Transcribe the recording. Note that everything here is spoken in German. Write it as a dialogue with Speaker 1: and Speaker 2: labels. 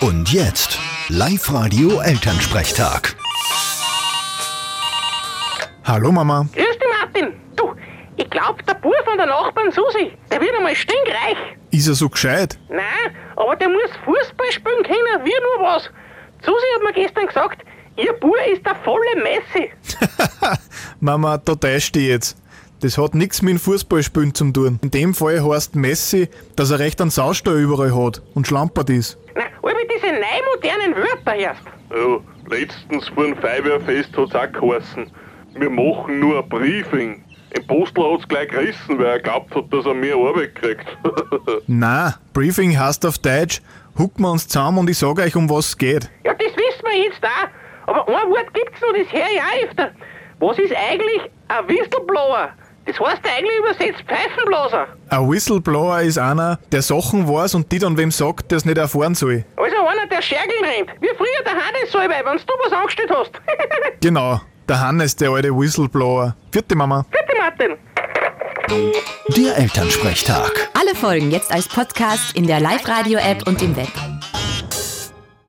Speaker 1: Und jetzt, Live-Radio Elternsprechtag.
Speaker 2: Hallo Mama.
Speaker 3: Grüß dich, Martin. Du, ich glaub, der Bub von der Nachbarn Susi, der wird einmal stinkreich.
Speaker 2: Ist er so gescheit?
Speaker 3: Nein, aber der muss Fußball spielen können, wie nur was. Susi hat mir gestern gesagt, ihr Bub ist der volle Messi.
Speaker 2: Mama, da täuscht dich jetzt. Das hat nichts mit dem Fußballspielen zu tun. In dem Fall heißt Messi, dass er recht einen Saustall überall hat und schlampert ist.
Speaker 3: Na, aber diese neu modernen Wörter erst.
Speaker 4: Ja, Äh, letztens vor dem Feuerwehrfest hat's auch geheißen, wir machen nur ein Briefing. Ein Postler hat's gleich gerissen, weil er glaubt hat, dass er mehr Arbeit kriegt.
Speaker 2: Na, Briefing heißt auf Deutsch, hucken wir uns zusammen und ich sag euch, um was es geht.
Speaker 3: Ja, das wissen wir jetzt auch. Aber ein Wort gibt's noch, das höre ich auch öfter. Was ist eigentlich ein Whistleblower? Das heißt ja eigentlich übersetzt Pfeifenblaser.
Speaker 2: Ein Whistleblower ist einer, der Sachen weiß und die dann wem sagt, der's nicht erfahren soll.
Speaker 3: Also einer, der Schergeln rennt. Wie früher der Hannes Salbei, wenn du was angestellt hast.
Speaker 2: Genau, der Hannes, der alte Whistleblower. Vierte Mama.
Speaker 3: Bitte, Martin.
Speaker 1: Der Elternsprechtag.
Speaker 5: Alle Folgen jetzt als Podcast in der Live-Radio-App und im Web.